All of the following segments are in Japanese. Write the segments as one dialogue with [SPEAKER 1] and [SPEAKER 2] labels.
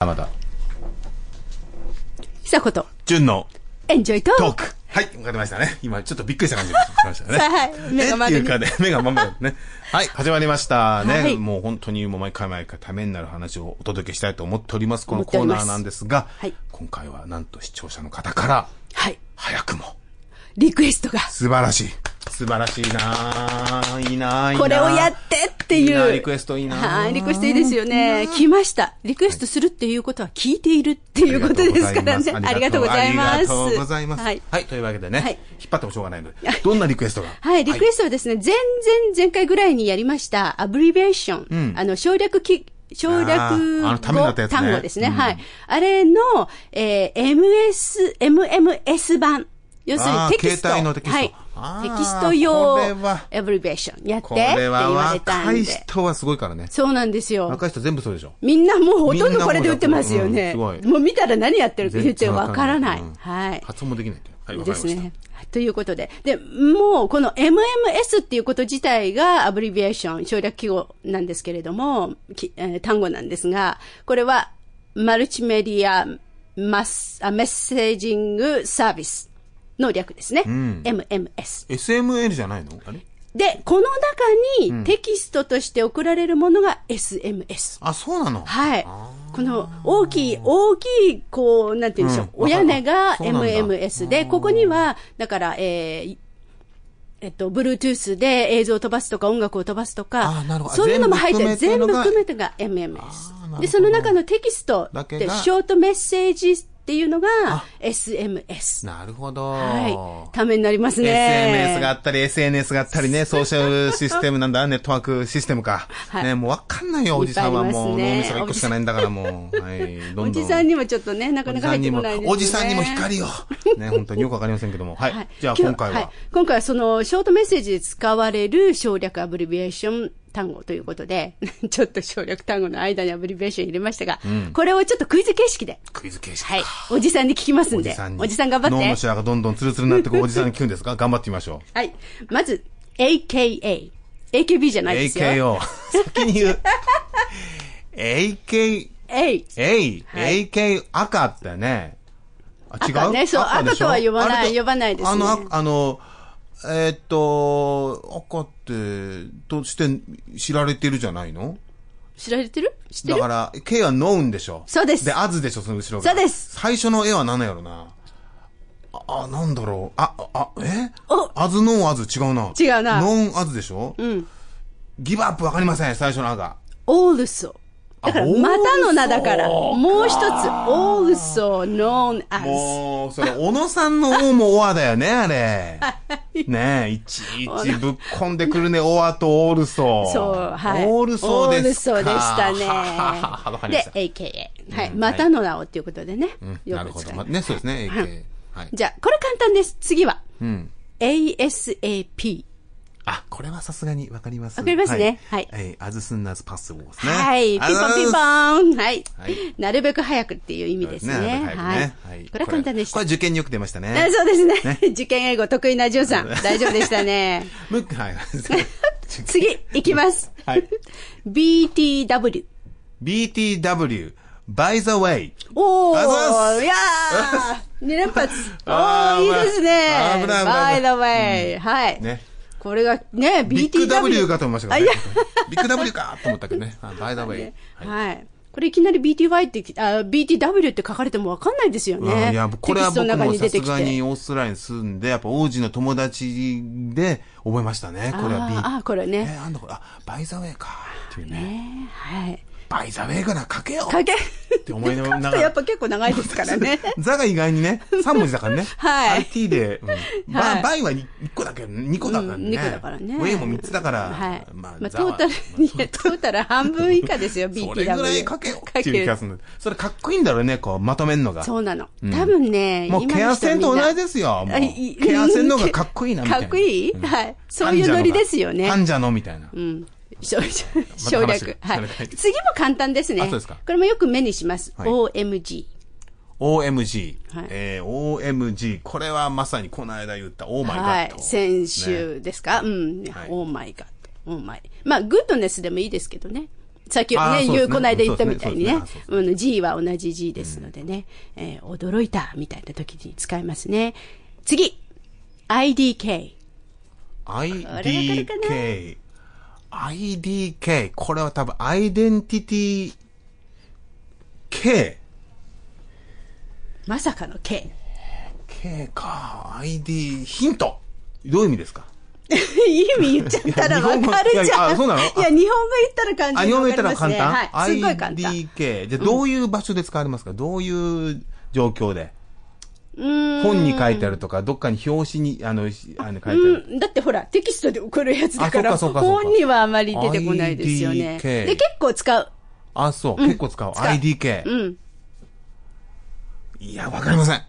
[SPEAKER 1] 浜田。
[SPEAKER 2] 久子と、
[SPEAKER 1] 純の
[SPEAKER 2] エンジョイト
[SPEAKER 1] トー
[SPEAKER 2] ーク。
[SPEAKER 1] ク。はい、わかりましたね。今、ちょっとびっくりした感じがしましたね。
[SPEAKER 2] さあはい目が
[SPEAKER 1] えっ
[SPEAKER 2] ま
[SPEAKER 1] て
[SPEAKER 2] ぐ
[SPEAKER 1] い
[SPEAKER 2] に
[SPEAKER 1] うかね、目がまんまだね。はい、始まりましたね。
[SPEAKER 2] はい
[SPEAKER 1] もう本当にもう毎回毎回ためになる話をお届けしたいと思っております。このコーナーなんですが、
[SPEAKER 2] はい
[SPEAKER 1] 今回はなんと視聴者の方から、
[SPEAKER 2] はい。
[SPEAKER 1] 早くも、
[SPEAKER 2] リクエストが、
[SPEAKER 1] 素晴らしい。素晴らしいなぁ。いいなぁ。いいなぁ
[SPEAKER 2] これをやってっていう。
[SPEAKER 1] いいなリクエストいいな
[SPEAKER 2] はい、リクエストいいですよね。来ました。リクエストするっていうことは聞いているっていうことですからね。ありがとうございます。
[SPEAKER 1] ありがとうございます。
[SPEAKER 2] は
[SPEAKER 1] はいい。。というわけでね、
[SPEAKER 2] はい
[SPEAKER 1] 引っ張ってもしょうがないので、どんなリクエストが
[SPEAKER 2] はい、リクエストはですね、前々、前回ぐらいにやりました、アブリベーション、あの、省略き、省略
[SPEAKER 1] あーあのためになったやつね
[SPEAKER 2] 単語ですね。
[SPEAKER 1] うん
[SPEAKER 2] はい。あれの、えー MS、MMS 版。要する
[SPEAKER 1] あ
[SPEAKER 2] に
[SPEAKER 1] ー
[SPEAKER 2] テキスト。
[SPEAKER 1] 携帯のテキスト
[SPEAKER 2] はい
[SPEAKER 1] あ。
[SPEAKER 2] テ
[SPEAKER 1] ー
[SPEAKER 2] キスト
[SPEAKER 1] こ
[SPEAKER 2] 用、
[SPEAKER 1] れは
[SPEAKER 2] アブリベーションやってって
[SPEAKER 1] こ
[SPEAKER 2] 言
[SPEAKER 1] れは
[SPEAKER 2] われた
[SPEAKER 1] 若
[SPEAKER 2] ん
[SPEAKER 1] い
[SPEAKER 2] で。
[SPEAKER 1] 人はすごいからね。
[SPEAKER 2] そうなんですよ。
[SPEAKER 1] 若い人全部そうでしょ。
[SPEAKER 2] みんなもうほとんどこれで打ってますよね。
[SPEAKER 1] みんなもうやってるうんすごい
[SPEAKER 2] もう見たら何やってるか言って
[SPEAKER 1] 全然
[SPEAKER 2] わからない。
[SPEAKER 1] うん
[SPEAKER 2] はい。
[SPEAKER 1] 発音もできないという。はい、わか
[SPEAKER 2] で
[SPEAKER 1] りますした。
[SPEAKER 2] ね。ということで。で、もう、この MMS っていうこと自体が、アブリビエーション、省略記号なんですけれども、きえー単語なんですが、これは、マルチメディアマスあメッセージングサービスの略ですね。MMS。
[SPEAKER 1] SML じゃないのあれ
[SPEAKER 2] で、この中にテキストとして送られるものが SMS。
[SPEAKER 1] あ、そうなの
[SPEAKER 2] はい。この大きい、大きい、こう、なんて言うんでしょう。
[SPEAKER 1] うん
[SPEAKER 2] お屋根
[SPEAKER 1] あ
[SPEAKER 2] が
[SPEAKER 1] そうなんだ
[SPEAKER 2] MMS で、ここには、だから、えーえっと、Bluetooth で映像を飛ばすとか音楽を飛ばすとか
[SPEAKER 1] あーなるほ、ど
[SPEAKER 2] そういうのも入ってる。全
[SPEAKER 1] 全
[SPEAKER 2] 部
[SPEAKER 1] 部
[SPEAKER 2] 含
[SPEAKER 1] 含
[SPEAKER 2] め
[SPEAKER 1] め
[SPEAKER 2] てが
[SPEAKER 1] あーな
[SPEAKER 2] MMS。
[SPEAKER 1] るほ
[SPEAKER 2] で、
[SPEAKER 1] ど
[SPEAKER 2] その中のテキスト
[SPEAKER 1] だ
[SPEAKER 2] っ
[SPEAKER 1] け
[SPEAKER 2] て、
[SPEAKER 1] が
[SPEAKER 2] ショートメッセージっていうのが SMS。
[SPEAKER 1] なるほど。
[SPEAKER 2] はい。ためになりますね。
[SPEAKER 1] SMS があったり、SNS があったりね、ソーシャルシステムなんだ、ネットワークシステムか。
[SPEAKER 2] はい
[SPEAKER 1] ね、もうわかんないよ、おじさんはい
[SPEAKER 2] っぱいあ
[SPEAKER 1] も
[SPEAKER 2] り
[SPEAKER 1] う、
[SPEAKER 2] ますね
[SPEAKER 1] 脳みそが一個しかないんだからもう。はい、どんどん。
[SPEAKER 2] おじさんにもちょっとね、なかなか入ってこないですね。
[SPEAKER 1] おじさんにも、おじさんにも光 よ。ね、本当によくわかりませんけども。はい。じゃあ
[SPEAKER 2] 今
[SPEAKER 1] 今
[SPEAKER 2] 日
[SPEAKER 1] 回
[SPEAKER 2] い
[SPEAKER 1] は。
[SPEAKER 2] 今回はその、ショートメッセージで使われる省略アブリビエーション単語ということで、 ちょっと省略単語の間にアブリビエーション入れましたが、これをちょっとクイズ形式で、
[SPEAKER 1] クイズ形式
[SPEAKER 2] はい、おじさんに聞きますん
[SPEAKER 1] お
[SPEAKER 2] で、
[SPEAKER 1] じさんに。
[SPEAKER 2] 頑張
[SPEAKER 1] 脳
[SPEAKER 2] っ
[SPEAKER 1] の
[SPEAKER 2] て。
[SPEAKER 1] シワがどんどんツルツルになってくおじさんに聞くんですか頑張ってみましょう。
[SPEAKER 2] はい。まず、AKA。AKB じゃないです
[SPEAKER 1] AKO。
[SPEAKER 2] よ。
[SPEAKER 1] 先に言う。AK、
[SPEAKER 2] A。
[SPEAKER 1] A、
[SPEAKER 2] は
[SPEAKER 1] AK 赤ってね。あ、違
[SPEAKER 2] 赤
[SPEAKER 1] う
[SPEAKER 2] ねそう
[SPEAKER 1] でしょ
[SPEAKER 2] 赤とは呼ばない
[SPEAKER 1] あれと
[SPEAKER 2] 呼ばないですね
[SPEAKER 1] あの、ああの、えーっと、赤って、として知られてるじゃないの
[SPEAKER 2] 知られてる知って
[SPEAKER 1] だ
[SPEAKER 2] る
[SPEAKER 1] から、K はノウンでしょ
[SPEAKER 2] そうです
[SPEAKER 1] で、アズでしょその後ろが。
[SPEAKER 2] そうです
[SPEAKER 1] 最初の絵は何やろなあ、あなんだろう。あ、あ、え
[SPEAKER 2] お
[SPEAKER 1] アズノンアズ違うな。
[SPEAKER 2] 違うな
[SPEAKER 1] ノンアズでしょうん。ギブアップわかりません、最初の赤。
[SPEAKER 2] also。だから、
[SPEAKER 1] あ also
[SPEAKER 2] またの名だから、もう一つ、also known as。
[SPEAKER 1] もう、それ、小野さんの王もオアだよね、あれ。ねえ、いちいちぶっこんでくるね、オアとオールソー。
[SPEAKER 2] そう、はい。
[SPEAKER 1] オールソーですか。
[SPEAKER 2] オールソーでしたね。
[SPEAKER 1] わかりました。
[SPEAKER 2] で、AKA。はい。またの名をっていうことでね。
[SPEAKER 1] な
[SPEAKER 2] よ
[SPEAKER 1] る
[SPEAKER 2] く
[SPEAKER 1] ほ
[SPEAKER 2] 使
[SPEAKER 1] ど。
[SPEAKER 2] う
[SPEAKER 1] まね、そうですね、AK。はい。
[SPEAKER 2] じゃあ、これ簡単です。次は。
[SPEAKER 1] うん。
[SPEAKER 2] ASAP。
[SPEAKER 1] あ、これはさすがにわかります。
[SPEAKER 2] わかりますねは
[SPEAKER 1] はい。アズスンナズパスウォーですね。
[SPEAKER 2] はい。ピンポンピンポ
[SPEAKER 1] ン。
[SPEAKER 2] ン。はい
[SPEAKER 1] はい。
[SPEAKER 2] なるべく早くっていう意味ですね。は。
[SPEAKER 1] はいい。
[SPEAKER 2] これは簡単でし
[SPEAKER 1] こ
[SPEAKER 2] た。
[SPEAKER 1] れ
[SPEAKER 2] あ
[SPEAKER 1] 受験によく出ましたね。
[SPEAKER 2] そうですね。受験英語得意なジュンさん。大丈夫でしたね。
[SPEAKER 1] むっはい。
[SPEAKER 2] 次、いきます。
[SPEAKER 1] はい。
[SPEAKER 2] BTW。
[SPEAKER 1] BTW, by the way.
[SPEAKER 2] お
[SPEAKER 1] ありがとうございま
[SPEAKER 2] ー
[SPEAKER 1] す
[SPEAKER 2] いや ー !2 連発お
[SPEAKER 1] あ
[SPEAKER 2] ー
[SPEAKER 1] ー
[SPEAKER 2] いいですね
[SPEAKER 1] 危ない危な
[SPEAKER 2] !by
[SPEAKER 1] い
[SPEAKER 2] the way! はい。
[SPEAKER 1] ね。
[SPEAKER 2] これが、ね、
[SPEAKER 1] ビッグ
[SPEAKER 2] BTW。
[SPEAKER 1] W かと思いましたけど
[SPEAKER 2] あ
[SPEAKER 1] ね。ビッグ W かと思ったけどね。あバイダウェイ。
[SPEAKER 2] いや、はい。これいきなり BTY って、あ、BTW って書かれてもわかんないですよ
[SPEAKER 1] う
[SPEAKER 2] ね。
[SPEAKER 1] んいや、これは
[SPEAKER 2] テキスト
[SPEAKER 1] 僕
[SPEAKER 2] の中
[SPEAKER 1] も
[SPEAKER 2] に
[SPEAKER 1] さ
[SPEAKER 2] 出
[SPEAKER 1] す
[SPEAKER 2] てき
[SPEAKER 1] が
[SPEAKER 2] て。
[SPEAKER 1] にオーストラリアに住んで、やっぱ王子の友達で覚えましたね。これは B。
[SPEAKER 2] あーあーこれね
[SPEAKER 1] えー、あんだこれ、あ、バイザウェイか。っていうね。
[SPEAKER 2] ねはい。
[SPEAKER 1] バイザウェイかな、かけよう
[SPEAKER 2] かけ、
[SPEAKER 1] って思いなが
[SPEAKER 2] 書くとや
[SPEAKER 1] ら。
[SPEAKER 2] っぱ結構長いですか らね。
[SPEAKER 1] ザが意外にね、3文字だからね。
[SPEAKER 2] はい
[SPEAKER 1] IT で、うん。
[SPEAKER 2] は
[SPEAKER 1] バ
[SPEAKER 2] い
[SPEAKER 1] バイは1個だけど、2個だからね。
[SPEAKER 2] うん二個だからね
[SPEAKER 1] ウェイも3つだから。
[SPEAKER 2] はい。ま
[SPEAKER 1] ま
[SPEAKER 2] あ、
[SPEAKER 1] あ、
[SPEAKER 2] ト
[SPEAKER 1] ザは
[SPEAKER 2] ータル、いや、トータル半分以下ですよ、BTW。
[SPEAKER 1] それぐらいかけようっていう気がす
[SPEAKER 2] か
[SPEAKER 1] るんだそれかっこいいんだろうね、こう、まとめんの
[SPEAKER 2] け
[SPEAKER 1] が。
[SPEAKER 2] そうなの。多分ね、
[SPEAKER 1] もう
[SPEAKER 2] 今
[SPEAKER 1] ケ
[SPEAKER 2] の
[SPEAKER 1] ア
[SPEAKER 2] 人は
[SPEAKER 1] 戦
[SPEAKER 2] みんな
[SPEAKER 1] と同じですよ。も
[SPEAKER 2] あ
[SPEAKER 1] う
[SPEAKER 2] いい
[SPEAKER 1] ケア戦の方がかっこいいな、みたいな。
[SPEAKER 2] かっこいい、
[SPEAKER 1] うん
[SPEAKER 2] はい。そういうノリですよね。
[SPEAKER 1] 患者のみたいな。
[SPEAKER 2] うん。省省省略。
[SPEAKER 1] また話が
[SPEAKER 2] は。
[SPEAKER 1] はいい
[SPEAKER 2] 次も簡単ですね。
[SPEAKER 1] あそうですか
[SPEAKER 2] これもよく目にします。
[SPEAKER 1] はい
[SPEAKER 2] OMG。
[SPEAKER 1] OMG
[SPEAKER 2] はい。
[SPEAKER 1] えー OMG。これはまさにこの間言った、オーマイガ
[SPEAKER 2] は
[SPEAKER 1] ッ
[SPEAKER 2] い。
[SPEAKER 1] ト。
[SPEAKER 2] 先週ですか、うん
[SPEAKER 1] は。い
[SPEAKER 2] オーマイガッド。オーマイ。まあ、グッドネスでもいいですけどね。さっきね、
[SPEAKER 1] あーそうですね
[SPEAKER 2] 言う、この間言ったみたいにね
[SPEAKER 1] そうですねそうですねあーそうで。す
[SPEAKER 2] うん G は同じ G ですのでね、えー驚いたみたいな時に使えますね。次 !IDK。
[SPEAKER 1] IDK。IDK。これは多分、アイデンティティ、K。
[SPEAKER 2] まさかの K。
[SPEAKER 1] K か。ID、ヒント。どういう意味ですか
[SPEAKER 2] 意味言っちゃったらわかる
[SPEAKER 1] いや日本語い
[SPEAKER 2] じ
[SPEAKER 1] や
[SPEAKER 2] ゃん。
[SPEAKER 1] あそうなの
[SPEAKER 2] いや、日本語言ったら簡単
[SPEAKER 1] あ、日本語言ったら簡単、
[SPEAKER 2] はい。すごい簡単。
[SPEAKER 1] ?IDK。じゃあ、どういう場所で使われますか、どういう状況で
[SPEAKER 2] うーん
[SPEAKER 1] 本に書いてあるとか、どっかに表紙に、あの、しあの書いてある。
[SPEAKER 2] うん、だってほら、テキストで送るやつだから、
[SPEAKER 1] あそうかそうかそうか
[SPEAKER 2] 本にはあまり出てこないですよね。
[SPEAKER 1] IDK
[SPEAKER 2] で、結構使う。
[SPEAKER 1] あ、そう。結構使う。
[SPEAKER 2] 使う
[SPEAKER 1] IDK。
[SPEAKER 2] うん。
[SPEAKER 1] いや、わかりません。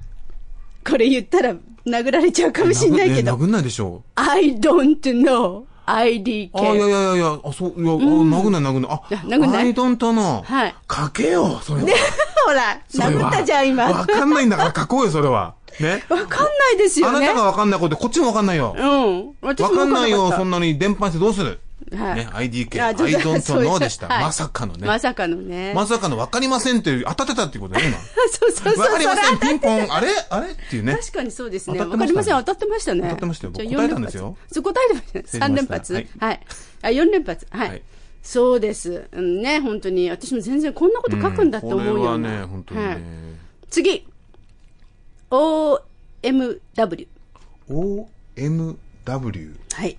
[SPEAKER 2] これ言ったら殴られちゃうかもしんないけ
[SPEAKER 1] え
[SPEAKER 2] ど。
[SPEAKER 1] 殴んないでしょう。
[SPEAKER 2] I don't know
[SPEAKER 1] あいや
[SPEAKER 2] IDK。
[SPEAKER 1] いやいや、あ、そう、いや、あ殴んない殴んない。あ、
[SPEAKER 2] や殴んな
[SPEAKER 1] ア
[SPEAKER 2] い
[SPEAKER 1] イドンとの、
[SPEAKER 2] はい
[SPEAKER 1] かけよう、それは。
[SPEAKER 2] ほら、
[SPEAKER 1] それ
[SPEAKER 2] 殴
[SPEAKER 1] は
[SPEAKER 2] ったじゃん、今。
[SPEAKER 1] わ
[SPEAKER 2] わか
[SPEAKER 1] かんないんだから書こうよ、それは。 ね。
[SPEAKER 2] んないです
[SPEAKER 1] あ
[SPEAKER 2] よ
[SPEAKER 1] な
[SPEAKER 2] ね
[SPEAKER 1] た。がわかんないこと、こっちもわかんないよ。
[SPEAKER 2] うん。私
[SPEAKER 1] わ
[SPEAKER 2] も
[SPEAKER 1] かんないよ、
[SPEAKER 2] わ
[SPEAKER 1] そ
[SPEAKER 2] か
[SPEAKER 1] ん
[SPEAKER 2] ん
[SPEAKER 1] なに伝播してどうする
[SPEAKER 2] かった
[SPEAKER 1] ね、
[SPEAKER 2] はい
[SPEAKER 1] IDK、
[SPEAKER 2] あちょっ
[SPEAKER 1] I
[SPEAKER 2] と
[SPEAKER 1] don't
[SPEAKER 2] そういう
[SPEAKER 1] know でした。
[SPEAKER 2] はい
[SPEAKER 1] まさかのね。
[SPEAKER 2] まさかのね。
[SPEAKER 1] まさかのわかりませんっていう、当たってたっていうことね、
[SPEAKER 2] そう そうそう。
[SPEAKER 1] 今。わかりま
[SPEAKER 2] そ
[SPEAKER 1] せ
[SPEAKER 2] れ
[SPEAKER 1] ん、ピンポン、あれあれっていうね。
[SPEAKER 2] 確かにそうですね。
[SPEAKER 1] 当た
[SPEAKER 2] わ
[SPEAKER 1] ってましたね
[SPEAKER 2] かりません。当たってましたね。
[SPEAKER 1] 当たってましたよ僕
[SPEAKER 2] じゃあ
[SPEAKER 1] 答えたんですよ
[SPEAKER 2] 四連発そう、答えてました
[SPEAKER 1] 失礼
[SPEAKER 2] ね。
[SPEAKER 1] しました
[SPEAKER 2] 三連発。は
[SPEAKER 1] はいい。
[SPEAKER 2] あ、四連発。はい。
[SPEAKER 1] はい
[SPEAKER 2] そうです。うんね、本当に。私も全然こんなこと書くんだって思うような。
[SPEAKER 1] これはね、本当に
[SPEAKER 2] はい
[SPEAKER 1] ね。
[SPEAKER 2] 次。OMW。
[SPEAKER 1] OMW。
[SPEAKER 2] はい。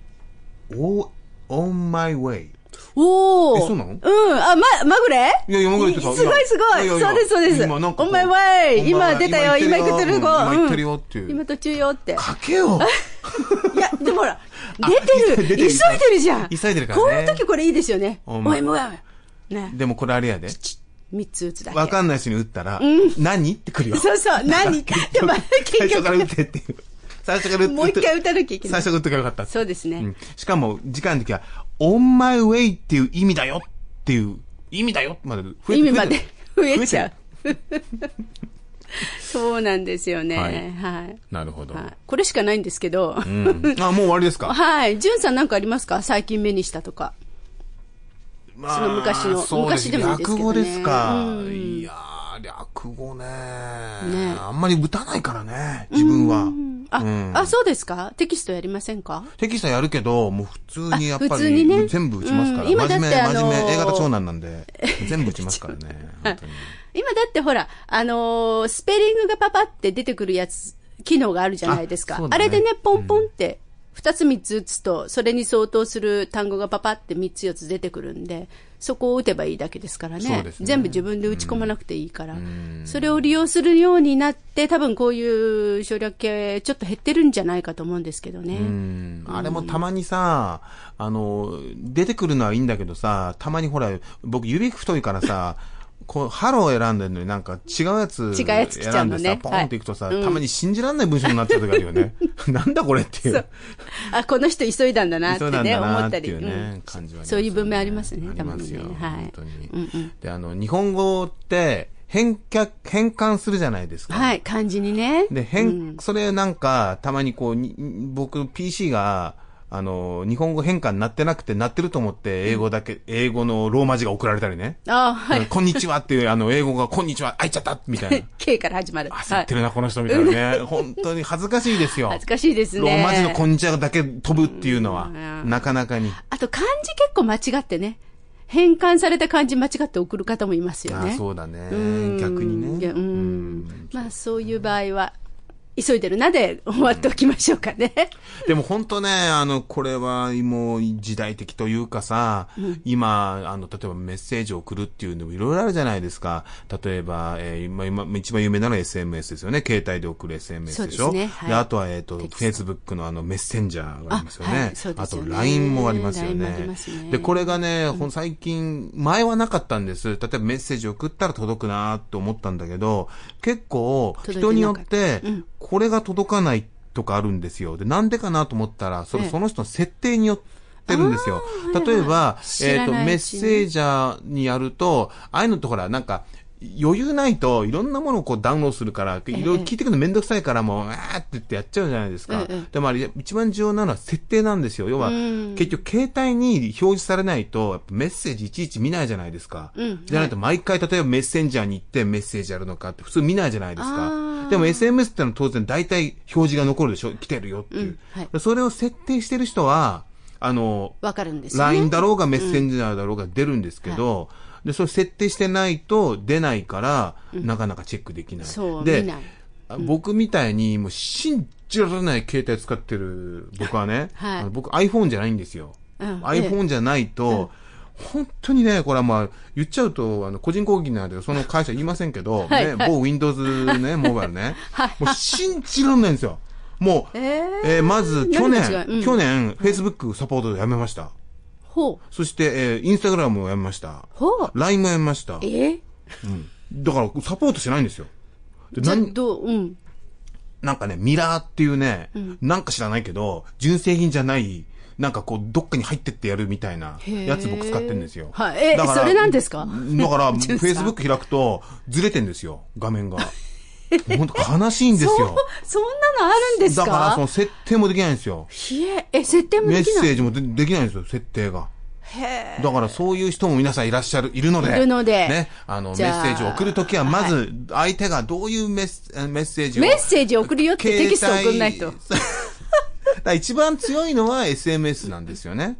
[SPEAKER 1] O, on my way.
[SPEAKER 2] おお。
[SPEAKER 1] えそうなの
[SPEAKER 2] うん。あ、ま、まぐれ
[SPEAKER 1] いや、山口さん。
[SPEAKER 2] すごいすごい
[SPEAKER 1] ややや
[SPEAKER 2] そうですそうです
[SPEAKER 1] 今なんかこう
[SPEAKER 2] お前わ
[SPEAKER 1] お前わ
[SPEAKER 2] い
[SPEAKER 1] い
[SPEAKER 2] 今出たよ
[SPEAKER 1] 今行ってるよ
[SPEAKER 2] 今行ってる
[SPEAKER 1] うん今行ってるよっていう
[SPEAKER 2] 今。途中よって。
[SPEAKER 1] かけよう
[SPEAKER 2] い や、でもほら、
[SPEAKER 1] あ
[SPEAKER 2] 出てる
[SPEAKER 1] 出てる
[SPEAKER 2] 急いでるじゃん
[SPEAKER 1] 急いでるからね
[SPEAKER 2] こういう時これいいですよね。
[SPEAKER 1] お
[SPEAKER 2] o
[SPEAKER 1] 前
[SPEAKER 2] m w ね。
[SPEAKER 1] でもこれあれやで。
[SPEAKER 2] 三つ打つだけ。
[SPEAKER 1] わかんない人に打ったら、何ってくるよ。
[SPEAKER 2] そうそう、何でも、
[SPEAKER 1] 最
[SPEAKER 2] 結
[SPEAKER 1] 初から打
[SPEAKER 2] 局、
[SPEAKER 1] ってっていう。最初から打って。
[SPEAKER 2] もう一回打たなきゃいけな
[SPEAKER 1] 最
[SPEAKER 2] い。
[SPEAKER 1] 初から打ってからよかったって。
[SPEAKER 2] そうですね。
[SPEAKER 1] うんしかも、時間の時は、on my way っていう意味だよっていう、意味だよまで増えて
[SPEAKER 2] 意味まで
[SPEAKER 1] 増えてる
[SPEAKER 2] 増えちゃう。そうなんですよね。は
[SPEAKER 1] はいい。なるほど。
[SPEAKER 2] はいこれしかないんですけ ど。
[SPEAKER 1] うんあ、もう終わりですか
[SPEAKER 2] はい。じゅんさんなんかありますか最近目にしたとか。
[SPEAKER 1] ま
[SPEAKER 2] その昔の
[SPEAKER 1] そう
[SPEAKER 2] 昔でもいいですけどね
[SPEAKER 1] 略語ですか。
[SPEAKER 2] うん
[SPEAKER 1] いやー、略語ね
[SPEAKER 2] ね
[SPEAKER 1] あんまり打たないからね、自分は。
[SPEAKER 2] あ、
[SPEAKER 1] うん
[SPEAKER 2] あ、そうですかテキストやりませんか
[SPEAKER 1] テキストやるけど、もう普通にやっぱ
[SPEAKER 2] あ普通に
[SPEAKER 1] り、
[SPEAKER 2] ね
[SPEAKER 1] 全部打ちますから。
[SPEAKER 2] うん今だっ
[SPEAKER 1] 真
[SPEAKER 2] て
[SPEAKER 1] 面目、
[SPEAKER 2] あのー
[SPEAKER 1] 真面目、A 型長男なんで、全部打ちます からね。本当に
[SPEAKER 2] 今だってほら、あのースペリングがパパって出てくるやつ、機能があるじゃないですか。
[SPEAKER 1] あ
[SPEAKER 2] あ,、
[SPEAKER 1] そうだね
[SPEAKER 2] れでね、ポンポンって、二つ三つ打つと、それに相当する単語がパパって三つ四つ出てくるんで、そこを打てばいいだけですから
[SPEAKER 1] そう
[SPEAKER 2] ね。
[SPEAKER 1] ですね
[SPEAKER 2] 全部自分で打ち込まなくていいから。それを利用するようになって、多分こういう省略系、ちょっと減ってるんじゃないかと思うんですけどね。
[SPEAKER 1] うんあれもたまにさ、あの、出てくるのはいいんだけどさ、たまにほら、僕指太いからさ、こう、ハロー選んでるのになんか違うやつ
[SPEAKER 2] 違うやつ来ちゃ
[SPEAKER 1] 選
[SPEAKER 2] うんの
[SPEAKER 1] で
[SPEAKER 2] ね
[SPEAKER 1] さ、ポーンっていくとさ、たまに信じらんない文章になっちゃう時あるよ ね。なんだこれっていう。
[SPEAKER 2] あ、この人急いだんだなって
[SPEAKER 1] そうなん
[SPEAKER 2] ね、
[SPEAKER 1] だ
[SPEAKER 2] 思
[SPEAKER 1] な
[SPEAKER 2] っ
[SPEAKER 1] ったて
[SPEAKER 2] り。
[SPEAKER 1] いう
[SPEAKER 2] うん
[SPEAKER 1] ね、感じはありますよね
[SPEAKER 2] そういう文明ありますね、
[SPEAKER 1] あ
[SPEAKER 2] 多
[SPEAKER 1] りま
[SPEAKER 2] 分
[SPEAKER 1] す
[SPEAKER 2] ね
[SPEAKER 1] よ。。
[SPEAKER 2] はい
[SPEAKER 1] 本。当に
[SPEAKER 2] うんうん。
[SPEAKER 1] で、あの、日本語って、変却、変換するじゃないですか。
[SPEAKER 2] はい、漢字にね。
[SPEAKER 1] で、変、それなんか、たまにこう、に僕、PC が、あの、日本語変換になってなくて、なってると思って、英語だけ、英語のローマ字が送られたりね。
[SPEAKER 2] あは
[SPEAKER 1] うん
[SPEAKER 2] い。
[SPEAKER 1] こんにちはっていう、あの、英語が、こんにちは、開いちゃったみたい
[SPEAKER 2] K から始まる。
[SPEAKER 1] な。
[SPEAKER 2] は
[SPEAKER 1] 焦
[SPEAKER 2] い
[SPEAKER 1] って。るな、この人みたいなね。本当に恥ずかしいですよ。
[SPEAKER 2] 恥ずかしいですね。
[SPEAKER 1] ローマ字のこんにちはだけ飛ぶっていうのは
[SPEAKER 2] う、ん
[SPEAKER 1] なかなかに。
[SPEAKER 2] あと漢字結構間違ってね。変換された漢字間違って送る方もいますよ
[SPEAKER 1] ああ、
[SPEAKER 2] ね。
[SPEAKER 1] そうだね
[SPEAKER 2] うん。
[SPEAKER 1] 逆にね。
[SPEAKER 2] う
[SPEAKER 1] うん
[SPEAKER 2] ん。まあそういう場合は、急いでるなで終わっておきましょう かね。
[SPEAKER 1] でも本当ね、あの、これはもう時代的というかさ、今、あの、例えばメッセージを送るっていうのもいろいろあるじゃないですか。例えば、えー今、今、一番有名なのは SMS ですよね。携帯で送る SMS でし
[SPEAKER 2] そ
[SPEAKER 1] ょ
[SPEAKER 2] うですねはい
[SPEAKER 1] であとは、えっ、と、
[SPEAKER 2] テキス
[SPEAKER 1] Facebook のあの、メッセンジャーがありますよ
[SPEAKER 2] あは
[SPEAKER 1] ね。
[SPEAKER 2] いそうで
[SPEAKER 1] あ
[SPEAKER 2] すよ
[SPEAKER 1] と、
[SPEAKER 2] ね
[SPEAKER 1] LINE もありますよ
[SPEAKER 2] LINE も
[SPEAKER 1] ね
[SPEAKER 2] ありますね
[SPEAKER 1] で、これがね、ほん最近、前はなかったんです。例えばメッセージ送ったら届くなーって思ったんだけど、結構、
[SPEAKER 2] 届いてなかった
[SPEAKER 1] 人によって、これが届かないとかあるんですよ。で、なんでかなと思ったら、そ
[SPEAKER 2] え
[SPEAKER 1] れ
[SPEAKER 2] え
[SPEAKER 1] その人の設定によってるんですよ。例えば、
[SPEAKER 2] 知
[SPEAKER 1] えっ、
[SPEAKER 2] ら
[SPEAKER 1] と、
[SPEAKER 2] な
[SPEAKER 1] メッ
[SPEAKER 2] いうちに
[SPEAKER 1] セージャーにやると、ああいうのってほら、なんか、余裕ないといろんなものをこうダウンロードするから、いろいろ聞いてくるのめんどくさいからもう、あーって言ってやっちゃうじゃないですか
[SPEAKER 2] ええ。
[SPEAKER 1] でもあれ、一番重要なのは設定なんですよ。要は、結局携帯に表示されないと、やっぱメッセージいちいち見ないじゃないですか。じゃないと毎回、例えばメッセンジャーに行ってメッセージやるのかって普通見ないじゃないです
[SPEAKER 2] あ
[SPEAKER 1] か
[SPEAKER 2] ー。
[SPEAKER 1] でも SMS ってのは当然大体表示が残るでしょ来てるよっていう
[SPEAKER 2] うんはい。
[SPEAKER 1] でそれを設定してる人は、あの、
[SPEAKER 2] わかるんですよね。
[SPEAKER 1] LINE だろうがメッセンジャーだろうが出るんですけど、で、それ設定してないと出ないから、なかなかチェックできない。
[SPEAKER 2] そう
[SPEAKER 1] で
[SPEAKER 2] 見ない
[SPEAKER 1] あ僕みたいに、もう信じられない携帯使ってる僕はね、
[SPEAKER 2] はい
[SPEAKER 1] あの僕 iPhone じゃないんですよ。
[SPEAKER 2] うん
[SPEAKER 1] iPhone じゃないと、本当にね、これはまあ、言っちゃうと、あの、個人攻撃になるけど、その会社言いませんけど、
[SPEAKER 2] はい
[SPEAKER 1] ね、
[SPEAKER 2] はい
[SPEAKER 1] 某 Windows ね、モバイルね、もう信じられないんですよ。もう、
[SPEAKER 2] えー
[SPEAKER 1] えーまず、去
[SPEAKER 2] 何が
[SPEAKER 1] 年
[SPEAKER 2] 違う、うん
[SPEAKER 1] 去年、Facebook サポートやめました。
[SPEAKER 2] ほう。
[SPEAKER 1] そして、えー、インスタグラムをやめました。
[SPEAKER 2] ほう。
[SPEAKER 1] LINE もやめました。
[SPEAKER 2] えー
[SPEAKER 1] だから、サポートしてないんですよ。で
[SPEAKER 2] じゃあ
[SPEAKER 1] なん
[SPEAKER 2] どう、うん。
[SPEAKER 1] なんかね、ミラーっていうね、なんか知らないけど、純正品じゃない、なんかこう、どっかに入ってってやるみたいな
[SPEAKER 2] へー
[SPEAKER 1] やつ僕使ってるんですよ。
[SPEAKER 2] はいえ
[SPEAKER 1] だから
[SPEAKER 2] それなんですか
[SPEAKER 1] だから、
[SPEAKER 2] 純正
[SPEAKER 1] Facebook 開くと、ずれてんですよ、画面 が。本当悲しいんですよ。
[SPEAKER 2] そんなのあるんですか
[SPEAKER 1] だから、その設定もできないんですよ。
[SPEAKER 2] ひえ、え、設定も
[SPEAKER 1] メ
[SPEAKER 2] で
[SPEAKER 1] ッ
[SPEAKER 2] きない
[SPEAKER 1] セージもでできないんですよ、設定が。だからそういう人も皆さんいらっしゃる、いるので。
[SPEAKER 2] いるので
[SPEAKER 1] ね。あの、メッ
[SPEAKER 2] じ
[SPEAKER 1] セ
[SPEAKER 2] ゃあ
[SPEAKER 1] ージを送るときは、まず、相手がどういうメッセメッセージを。
[SPEAKER 2] メッセージ送るよってテキスト送んな いと
[SPEAKER 1] 携。帯だから一番強いのは SMS なんですよね。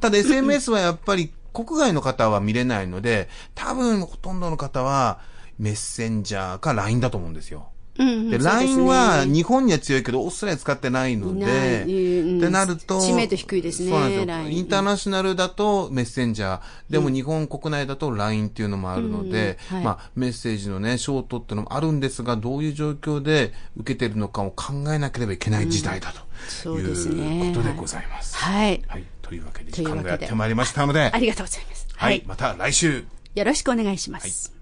[SPEAKER 1] ただ SMS はやっぱり国外の方は見れないので、多分ほとんどの方はメッセンジャーか LINE だと思うんですよ。
[SPEAKER 2] うんうん、
[SPEAKER 1] で、
[SPEAKER 2] そうですね
[SPEAKER 1] LINE は日本には強いけど、オーストラリア使ってないの
[SPEAKER 2] い
[SPEAKER 1] で、
[SPEAKER 2] ないうん
[SPEAKER 1] ってなると、
[SPEAKER 2] 知名度低いですね
[SPEAKER 1] そうなんですよ。
[SPEAKER 2] LINE
[SPEAKER 1] インターナショナルだとメッセンジャー、でも日本国内だと LINE っていうのもあるので、
[SPEAKER 2] うんはい
[SPEAKER 1] まあ、メッセージのね、ショートっていうのもあるんですが、どういう状況で受けてるのかを考えなければいけない時代だと、
[SPEAKER 2] そう
[SPEAKER 1] い
[SPEAKER 2] ですね
[SPEAKER 1] うことでございます。
[SPEAKER 2] はい。
[SPEAKER 1] はい。というわけで、
[SPEAKER 2] と
[SPEAKER 1] 時
[SPEAKER 2] いうわ
[SPEAKER 1] 間
[SPEAKER 2] けで
[SPEAKER 1] がやってまいりましたので、
[SPEAKER 2] ありがとうございます。
[SPEAKER 1] はい。また来週。
[SPEAKER 2] よろしくお願いします。